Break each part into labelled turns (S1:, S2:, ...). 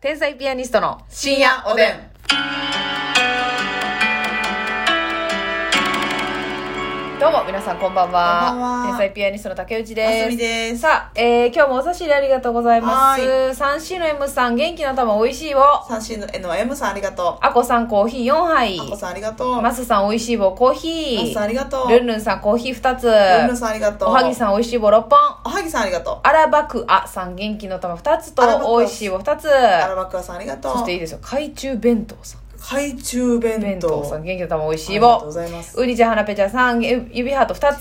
S1: 天才ピアニストの深夜おでん。どうも皆さんこんばんは。
S2: こんばんは
S1: 天才ピアニストの竹内
S2: あ
S1: です。
S2: すみです。
S1: さあ、えー今日もお差し入れありがとうございます。
S2: は
S1: 3C の M さん、元気の玉美味しいを。
S2: 三振の N の M さんありがと
S1: あこさんコーヒー4杯
S2: う。あ。こさんありがとう。
S1: マス
S2: ス
S1: さん美味しい棒コーヒ
S2: さんあ
S1: ー。
S2: りがとう。
S1: ルンルンさんコーヒー2つ。
S2: ルンルンさんありがとう。
S1: おはぎ
S2: ん。
S1: さん美味しい棒6本。
S2: おはぎさんありがとう。
S1: アラバクアさん元気の玉2つ
S2: アラバク
S1: と
S2: ア
S1: 美味しい棒2つ。
S2: アラバクアさんありがとう。
S1: そしていいですよ。海中弁当さん。
S2: 海中弁当。
S1: 弁当さん元気の玉美味しい
S2: ありがとうご
S1: 棒。
S2: ざいます。
S1: ウリちゃんはなぺちゃんさんゆ指ハート2
S2: みー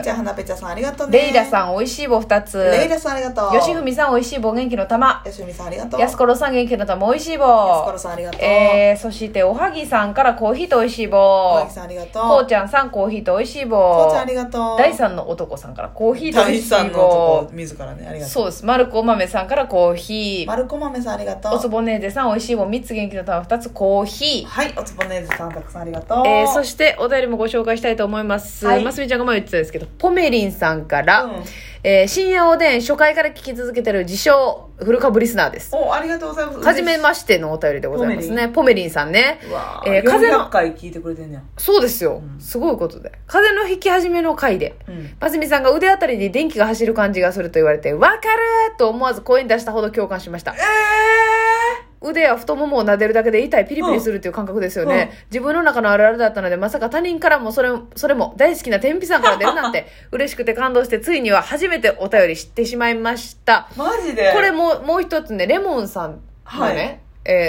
S1: つ
S2: ち。ゃん、はなぺちゃんさんありがとうね。
S1: レイラさん美味しい棒2つ。
S2: レイラさんありがとう。
S1: よしふ。みさん美味しい棒元気の玉。
S2: よしふみさんありがとう。
S1: やすころさん元気の玉美味しい
S2: やす
S1: 棒
S2: ころさんありがとう。
S1: えー、そしておはぎさんからコーヒーと美味しい
S2: おは
S1: 棒
S2: ぎさんありがとう。
S1: こうちゃんさんコーヒーと美味しい棒
S2: こうちゃんありがとう。
S1: 第三の男さんからコーヒーと美
S2: 第
S1: 味しい
S2: 三の男
S1: 棒、
S2: 自らね、ありがとう。
S1: そうですマルコお豆さんからコーヒー
S2: マルコマメさんありがと
S1: おつ
S2: う。
S1: ぼねーぜさん美味しい棒3つ元気の玉2つコーヒー
S2: はい、おつぼねずさんたくさんありがとう。
S1: えー、そしてお便りもご紹介したいと思います、
S2: はい
S1: ますみちゃんが前言ってたんですけどポメリンさんから、
S2: うん
S1: えー深夜おでん初回から聞き続けてる自称古株リスナーです
S2: お、ありがとうございます。
S1: はじめましてのお便りでございますねポメリンさんね
S2: うわ
S1: え
S2: え
S1: ー風の
S2: 400回聞いてくれてんねん。
S1: そうですよ、
S2: うん
S1: すごいことで風の引き始めの回で
S2: うん。
S1: ますみさんが腕あたりに電気が走る感じがすると言われて「わかる!」と思わず声に出したほど共感しました
S2: ええ
S1: 腕や太ももを撫でるだけで痛いピリピリするっていう感覚ですよね、
S2: う
S1: 自分の中のあるあるだったのでまさか他人からもそれそれも大好きな天日さんから出るなんて嬉しくて感動してついには初めてお便り知ってしまいました
S2: マジで
S1: これももう一つねレモンさんのね、えー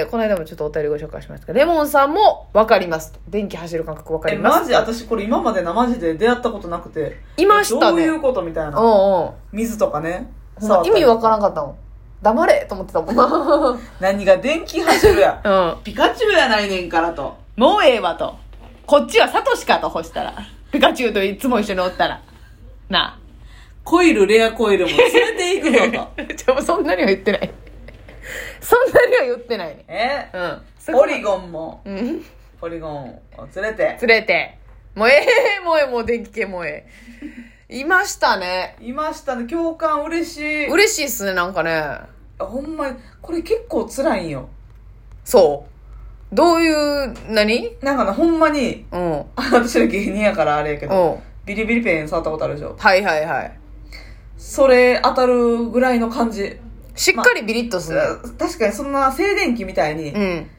S1: この間もちょっとお便りご紹介しましたけどレモンさんも分かります電気走る感覚分かり
S2: え
S1: ます
S2: マジ私これ今までなマジで出会ったことなくて
S1: いました
S2: どう
S1: ね
S2: いうことみたい
S1: うん
S2: な
S1: うん
S2: 水とかね
S1: ほんま意味わから
S2: ん
S1: んかったもん黙れと思ってたもんな
S2: 何が電気走るや
S1: うん
S2: ピカチュウやないねんからと
S1: もうええわとこっちはサトシかとほしたらピカチュウといつも一緒におったらな
S2: コイルレアコイルも連れていく ぞと
S1: あちょそんなには言ってない そんなには言ってないね
S2: え
S1: うん
S2: ポリゴンも
S1: うん
S2: ポリゴンを連れて
S1: 連れてもうええもうええもう電気系もうええいましたね
S2: いましたね共感嬉しい
S1: 嬉しいっすねなんかね
S2: ほんまにこれ結構辛いんよ
S1: そうどういう何
S2: なんかねほんまに
S1: うん
S2: 私ら芸人やからあれやけ
S1: う
S2: ど
S1: ん
S2: ビリビリペン触ったことあるでしょ
S1: はいはいはい
S2: それ当たるぐらいの感じ。
S1: しっかりビリッとする、
S2: 確かにそんな静電気みたいに
S1: う、ん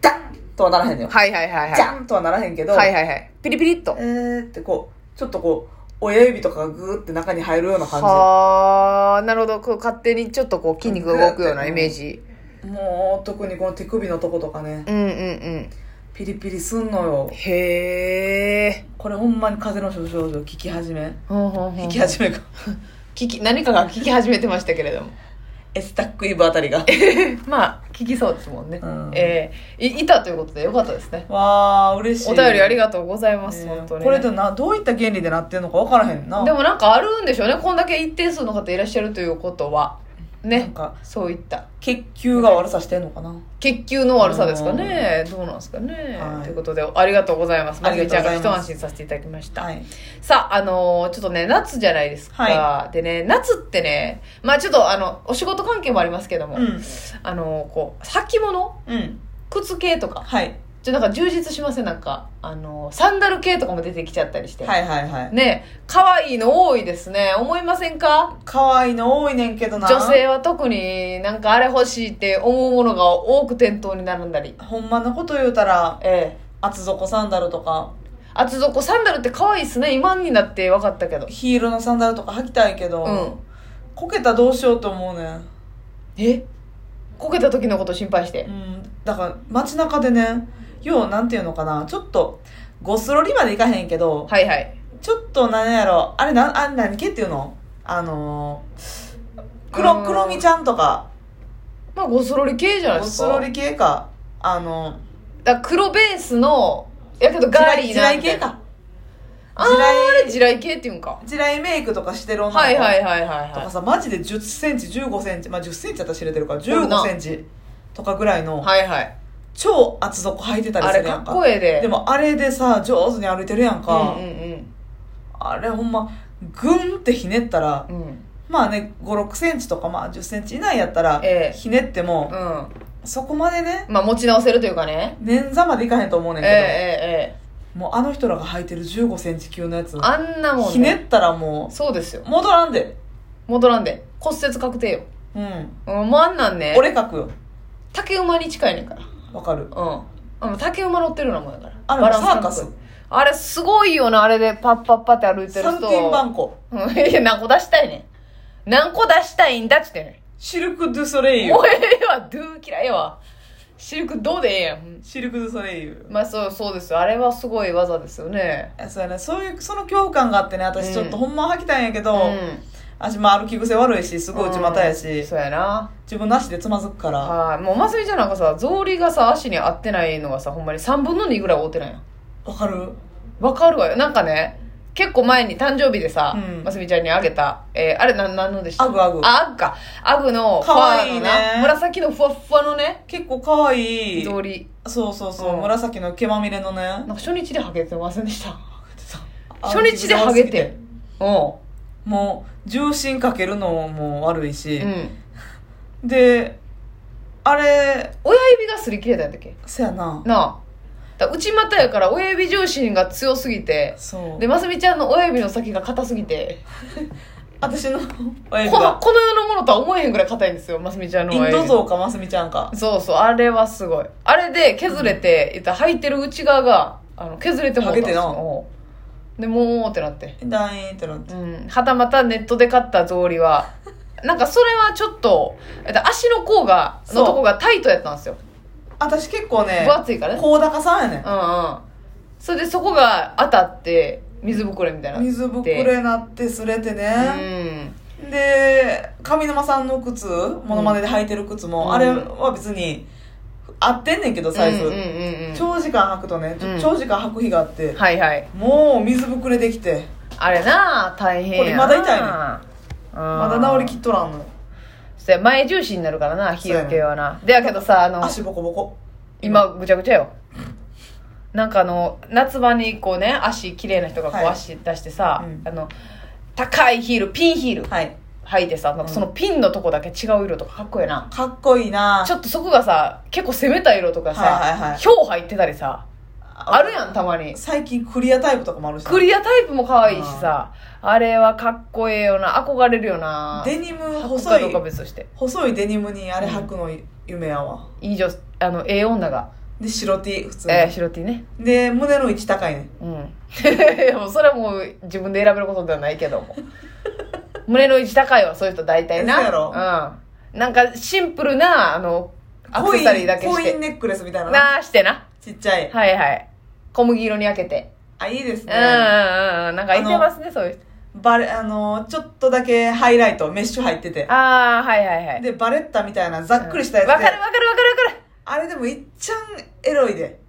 S2: ダンとはならへんのよ。
S1: はいはいはいはい
S2: ジャンとはならへんけど、
S1: はいはいはいピリピリっと
S2: えーってこう、ちょっとこう、親指とかがグーって中に入るような感
S1: はあなるほどこう勝手にちょっとこう筋肉が動くようなイメージ
S2: じ。もう、特にこの手首のとことかね、
S1: うんうんうん
S2: ピリピリすんのよ。
S1: へえ
S2: これほんまに風邪の症状聞き始め。聞
S1: 聞
S2: き始 めか。
S1: 聞き何かが聞き始めてましたけれども
S2: エスタックイブあたりが。
S1: まあ聞きそうですもんね、
S2: うん
S1: ええいいたということでよかったですね
S2: わー、嬉しい。
S1: お便りあり
S2: が
S1: がとうござい
S2: と
S1: ます、本当にね
S2: これでな、どういった原理でなってんのか分からへんな。
S1: でもなんかあるんでしょうねこんだけ一定数の方いらっしゃるということは
S2: な
S1: ね
S2: んか
S1: そういった
S2: 血球が悪さしてんのかな。
S1: 血球の悪さですかねどうなんですかね、
S2: はい
S1: ということでありがとうございます
S2: あ
S1: ま
S2: り
S1: ず
S2: が
S1: み
S2: とう
S1: ちゃんが
S2: ございま
S1: 一安
S2: す
S1: 心させていただきました、
S2: はい。
S1: さあ、あのーちょっとね、夏じゃないですか。
S2: は
S1: でね、夏ってね、まあちょっとあの、お仕事関係もありますけども、
S2: うん。
S1: あのーこう、先物
S2: うん。
S1: 靴系とか、
S2: はい。
S1: ちょっとなんか充実しませんなんか、あのーサンダル系とかも出てきちゃったりして。
S2: はいはいはい。
S1: ね可愛いの多いですね。思いませんか
S2: 可愛いの多いねんけどな。
S1: 女性は特になんかあれ欲しいって思うものが多く店頭に並んだり。
S2: ほんまのこと言うたら、
S1: ええ。
S2: 厚底サンダルとか、
S1: 厚底サンダルって可愛いっすね。今になって分かったけど。
S2: ヒールのサンダルとか履きたいけど、
S1: うん
S2: こけたらどうしようと思うねん。
S1: えこけた時のこと心配して
S2: う。ん。だから街中でね、ようなんていうのかな、ちょっと、ゴスロリまでいかへんけど、
S1: はいはい。
S2: ちょっとなんやろ、あれなん、あれ何系っていうのあのー、
S1: う
S2: 黒、
S1: ん
S2: 黒みちゃんとか、
S1: まあ、ゴスロリ系じゃない
S2: ゴ
S1: です
S2: ス
S1: か。
S2: ロリ系か、あの
S1: だから黒ベースの、やけど
S2: ー、
S1: ガーリーなみ
S2: 地雷地
S1: たい
S2: 雷系
S1: な。
S2: か。
S1: あ
S2: 地
S1: ー
S2: 雷
S1: あれ地雷系っていうんか。
S2: 地雷メイクとかしてる女の子。
S1: はいはいはいはい
S2: とか
S1: は
S2: さマジで1 0ンチ1 5ンチまあ1 0ンチだったら知れてるから
S1: おる
S2: 1
S1: な
S2: 5ンチとかぐらいの
S1: い。はいはい。
S2: 超厚底履いてたり
S1: あ
S2: す
S1: れ
S2: るや
S1: か
S2: ん
S1: っ
S2: か
S1: こええで。
S2: でもあれでさ上手に歩いてるやん
S1: う
S2: か、
S1: んうん
S2: あれほんまグンってひねったら
S1: うん。うん。
S2: 「まあね、5、6センチとか、まあ10センチ以内やったら
S1: ええ、
S2: ひねっても、
S1: うん。
S2: そこまでね、
S1: まあ、持ち直せるというかね。
S2: 捻挫までいかへんと思うね
S1: え
S2: ん
S1: え
S2: けど、
S1: えええ
S2: もうあの人らが履いてる15センチ級のやつ
S1: え、あんなもん、ね。
S2: ひねったらも
S1: そうですよ
S2: う、。戻らんで。
S1: 戻らんで。骨折確定よ。
S2: うん。
S1: うん、もうあんなんね。、
S2: 俺描くよ。
S1: 竹馬に近いねんから。
S2: わかる。
S1: うん。あの竹馬乗ってるようなもんやから。
S2: あれ
S1: 感覚
S2: サーカス
S1: あれすごいよな、あれでパッパッパって歩いてる人。
S2: サンティンバンコ。
S1: うんいや、何個出したいねん。何個出したいんだっつってんね
S2: シルク・ドゥ・ソレイ
S1: ん。
S2: ユ
S1: も。うええわ、ドゥ嫌いやわ。シルクどうでええやん。
S2: シルク・ドゥ・ソレイユ。
S1: まあそう、そうですよ。あれはすごい技ですよね。
S2: あそうやね、そういう、その恐怖感があってね、私ちょっとほんまはきたんやけど、
S1: うん。
S2: 私まあ歩き癖悪いし、すごい内股やし、
S1: そうやな。
S2: 自分なしでつまずくから、
S1: はい。もう、まつみちゃんなんかさ、草履がさ、足に合ってないのがさ、ほんまに3分の2ぐらい合ってないやん。
S2: わかる
S1: わかるわよ。なんかね、結構前に誕生日でさ、
S2: うん
S1: ますみちゃんにあげた、えーあれなん、なんのでした
S2: アグアグ
S1: あ、アグか。アグの、
S2: かわいいね
S1: ファーのな紫のふわっふわのね、
S2: 結構可愛い。
S1: 草履。
S2: そうそうそう、
S1: うん
S2: 紫の毛まみれのね。
S1: なんか初日でハゲてませんでした。
S2: あ
S1: 初日でハゲて。。うん。
S2: もう、重心かけるのも悪いし
S1: う、ん。
S2: で、あれ、
S1: 親指が擦り切れたんだっけ
S2: そやな。
S1: なあ。だから内股やから親指重心が強すぎて、
S2: そう。
S1: で、ますみちゃんの親指の先が硬すぎて、
S2: 私の親指
S1: この、
S2: が、
S1: この世のものとは思えへんぐらい硬いんですよ、ますみちゃんの
S2: イ
S1: 親
S2: ン
S1: 指。
S2: ド像かますみちゃんか。
S1: そうそう、あれはすごい。あれで削れて、言ったら履いてる内側が、あの、削れてもうたんですよ
S2: 剥げてな
S1: うんで、もうってなって。
S2: ダイーンってなって。
S1: うん。はたまたネットで買った草履 は、なんかそれはちょっと、えっと足の甲が、
S2: そ
S1: の
S2: う
S1: とこがタイトやったんですよ。
S2: 私結構ね
S1: 分、厚いからね。
S2: 高高さんやねん
S1: う。んうん。それでそこが当たって、水ぶくれみたいになって。
S2: 水ぶくれなってすれてね、
S1: うん。
S2: で上沼さんの靴モノマネで履いてる靴も、
S1: うん
S2: あれは別に合ってんねんけどサイズ、
S1: うんうんうんうん
S2: 長時間履くとね、ちょ
S1: うん
S2: 長時間履く日があって、
S1: はいはい。
S2: もう水ぶくれできて
S1: あれなあ大変やな
S2: これまだ痛いねんま
S1: ま
S2: だ治りきっとらんの
S1: そうや前重視になるからな、日焼けはな。でやけどさ、あの、
S2: 足ボコボコ
S1: 今、ぐちゃぐちゃよ。なんかあの、夏場にこうね、足綺麗な人がこう
S2: はい
S1: 足出してさ、
S2: うん
S1: あの、高いヒール、ピンヒール
S2: はい
S1: 履いてさ、なんかそのピンのとこだけ違う色とかかっこええな。
S2: かっこいいな
S1: ちょっとそこがさ、結構攻めた色とかさ、
S2: はいはいはい
S1: ひょう入ってたりさ、
S2: あ
S1: あるやん、たまに。
S2: 最近クリアタイプとかもあるし
S1: クリアタイプも可愛いしさ、あれはかっこええよな、憧れるよな。
S2: デニム
S1: 細
S2: 細
S1: かどう
S2: い
S1: か別として。
S2: 細いデニムにあれ履くの夢やわ
S1: いい女、あの、ええ女が、
S2: で白 T 普通に、
S1: えー、白 T ね。
S2: で胸の位置高いね
S1: うん でもそれはもう自分で選べることではないけど も胸の位置高いわそういう人大体な
S2: そうやろ
S1: うん、なんかシンプルなあのアクセサリーだけ
S2: コ
S1: し
S2: インコイ
S1: て
S2: ンネックレスみたいなな
S1: なあしてな
S2: ちっちゃい
S1: はいはい小麦色に焼けて、
S2: あいいですね
S1: うんうんうんうんなんかいてますねそういう人
S2: バレあのちょっとだけハイライトメッシュ入ってて
S1: ああはいはいはい
S2: でバレッタみたいなざっくりしたやつ
S1: わ
S2: で、
S1: かるわかるわかるわかる
S2: あれでもいっちゃんエロいで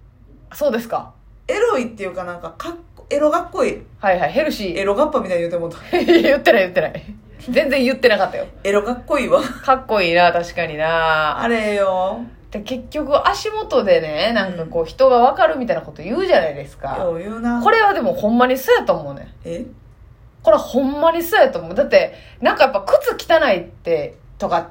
S1: そうですか
S2: エロいっていうかなんかかっこエロがっこいい
S1: はいはいヘルシ
S2: エ
S1: ー
S2: ロガッパみたいに言うてもうた
S1: 言ってない言ってない全然言ってなかったよ
S2: エロがっこいいわ
S1: かっこいいな確かにな
S2: あれよ
S1: で結局足元でねなんかこう人が分かるみたいなこと言うじゃないですか、
S2: よう言うな
S1: これはでもほんまにそうやと思うね
S2: え
S1: これはほんまにそうやと思うだってなんかやっぱ靴汚いってとか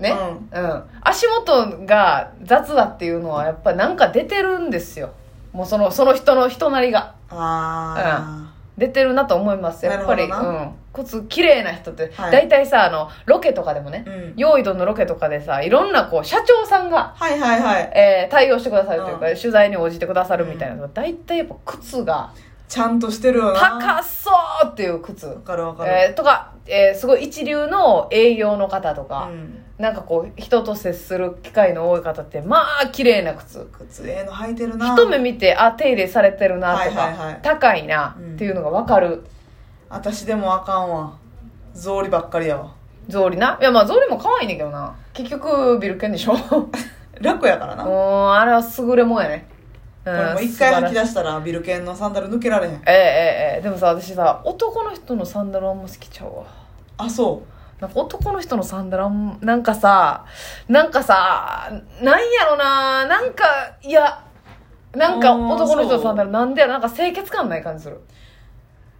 S1: ねうん、足元が雑だっていうのはやっぱなんか出てるんですよもうそのその人の人なりが
S2: あ
S1: 出てるなと思いますやっぱり、う
S2: なるほど
S1: ん、靴綺麗な人って
S2: はい
S1: 大体、さあのロケとかでもね
S2: ー、うん
S1: 用意どんのロケとかでさいろんなこう社長さんが
S2: はいはいはい
S1: えー対応してくださるというか、
S2: う
S1: 取材に応じてくださるみたいなのが大体やっぱ靴が
S2: ちゃんとしてるよな
S1: 高そうっていう靴、
S2: わかるわかる、
S1: えーとか、えーすごい一流の営業の方とか
S2: う、ん、
S1: なんかこう人と接する機会の多い方ってまあ綺麗な靴
S2: 靴ええの履いてるな
S1: 一目見てあ手入れされてるなとか、
S2: はいはいはい
S1: 高いなっていうのが分かる
S2: 私でもあかんわ草履ばっかりやわ
S1: 草履ないやまあ草履も可愛いねんけどな結局ビルケンで しょも
S2: 楽やからな
S1: うあれは優れもんやねうん
S2: これもう一
S1: 素晴
S2: 回
S1: らしい
S2: 吐き出したらビルケンのサンダル抜けられへん
S1: ええええええでもさ私さ男の人のサンダルあんま好きちゃうわ
S2: あそ
S1: なんか男の人のサンダルあんなんかさなんかさなんやろななんかいやなんか
S2: あー
S1: 男の人のサンダルなんでやなんか清潔感ない感じする
S2: う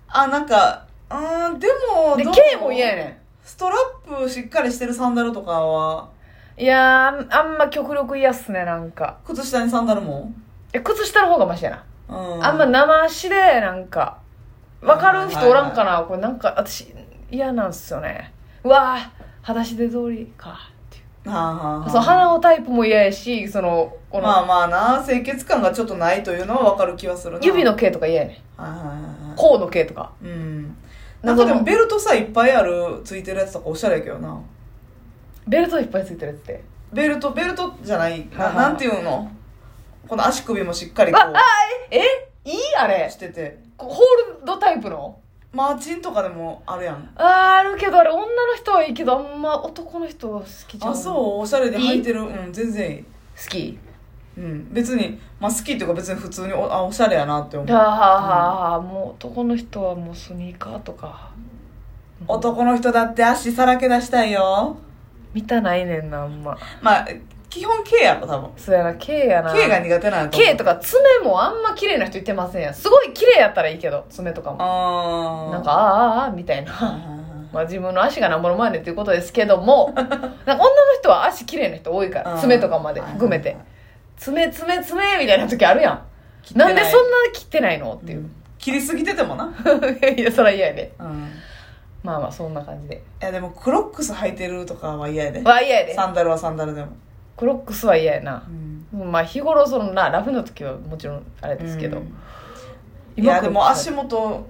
S2: あなんかうーんでも
S1: で
S2: どう
S1: K も嫌やねん
S2: ストラップしっかりしてるサンダルとかはい
S1: やーあんま極力嫌っすねなんか
S2: 靴下にサンダルも、
S1: え靴下の方がマシやな、
S2: うん、
S1: あんま生足でなんか分かる人おらんかな、これなんか私嫌なんすよねうわー裸足で通りかっていう
S2: はあはあはあ
S1: そう鼻のタイプも嫌やしそのこの、
S2: まあまあな清潔感がちょっとないというのは分かる気はするな
S1: 指の毛とか嫌やね
S2: はいはいはいは
S1: 甲の毛とか
S2: いうんなんかでもベルトさいっぱいあるついてるやつとかおしゃれやけどな
S1: ベルトいっぱいついてるやつって
S2: ベルトベルトじゃない
S1: は
S2: ない
S1: はい
S2: なんていうのこの足首もしっかりこ
S1: ああ
S2: う
S1: ええいいあれ
S2: してて
S1: ホールドタイプの
S2: マーチンとかでもあるやん
S1: あーあるけどあれ女の人はいいけどあんま男の人は好きじゃん
S2: あそうおしゃれで履いてるうん全然いい
S1: 好き
S2: うん、別に、まあ、好きっていうか別に普通におあおしゃれやなって思
S1: あー
S2: う
S1: はーはーもう男の人はもうスニーカーとか
S2: 男の人だって足さらけ出したいよ
S1: 見たないねんなあんま
S2: まあ基本 K やろ多分
S1: そうやな K やな
S2: K が苦手なんやと思う
S1: K とか爪もあんま綺麗な人いてませんやんすごい綺麗やったらいいけど爪とかも
S2: あー
S1: なんかあーあーあーみたい
S2: はい
S1: な
S2: は
S1: い
S2: はい
S1: まあ自分の足がなんぼの前ねっていうことですけど もなんか女の人は足綺麗な人多いか
S2: う
S1: ら
S2: ん
S1: 爪とかまで含めて
S2: はいはいはい
S1: 爪爪爪みたいな時あるやん
S2: 切って
S1: ないんでそんな切ってないのっていうう、
S2: ん切りすぎててもな、
S1: いやそりゃ嫌やで
S2: うん、い
S1: まあまあそんな感じで
S2: やでもクロックス履いてるとかは嫌やで
S1: わあ嫌やで
S2: サンダルはサンダルでも、
S1: クロックスは嫌やな
S2: う、ん、
S1: まあ日頃そのなラフの時はもちろんあれですけど、
S2: うんいやでも足
S1: も
S2: 元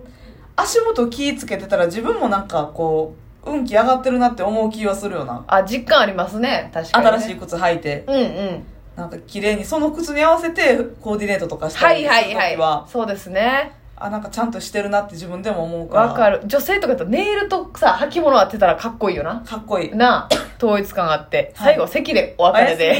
S2: 足元気ぃつけてたら自分もなんかこう運気上がってるなって思う気はするよな、
S1: あ実感ありますね確かに、ね、
S2: 新しい靴履いて
S1: うんうん
S2: なんか綺麗にその靴に合わせてコーディネートとかした
S1: は
S2: り
S1: い
S2: する
S1: は
S2: 時
S1: い
S2: は,、
S1: はいそうですね
S2: あなんかちゃんとしてるなって自分でも思うから
S1: わかる女性とかやったらネイルとさ履物合ってたらかっこいいよな
S2: かっこいい
S1: なあ統一感あって
S2: はい
S1: 最後、席でお別れで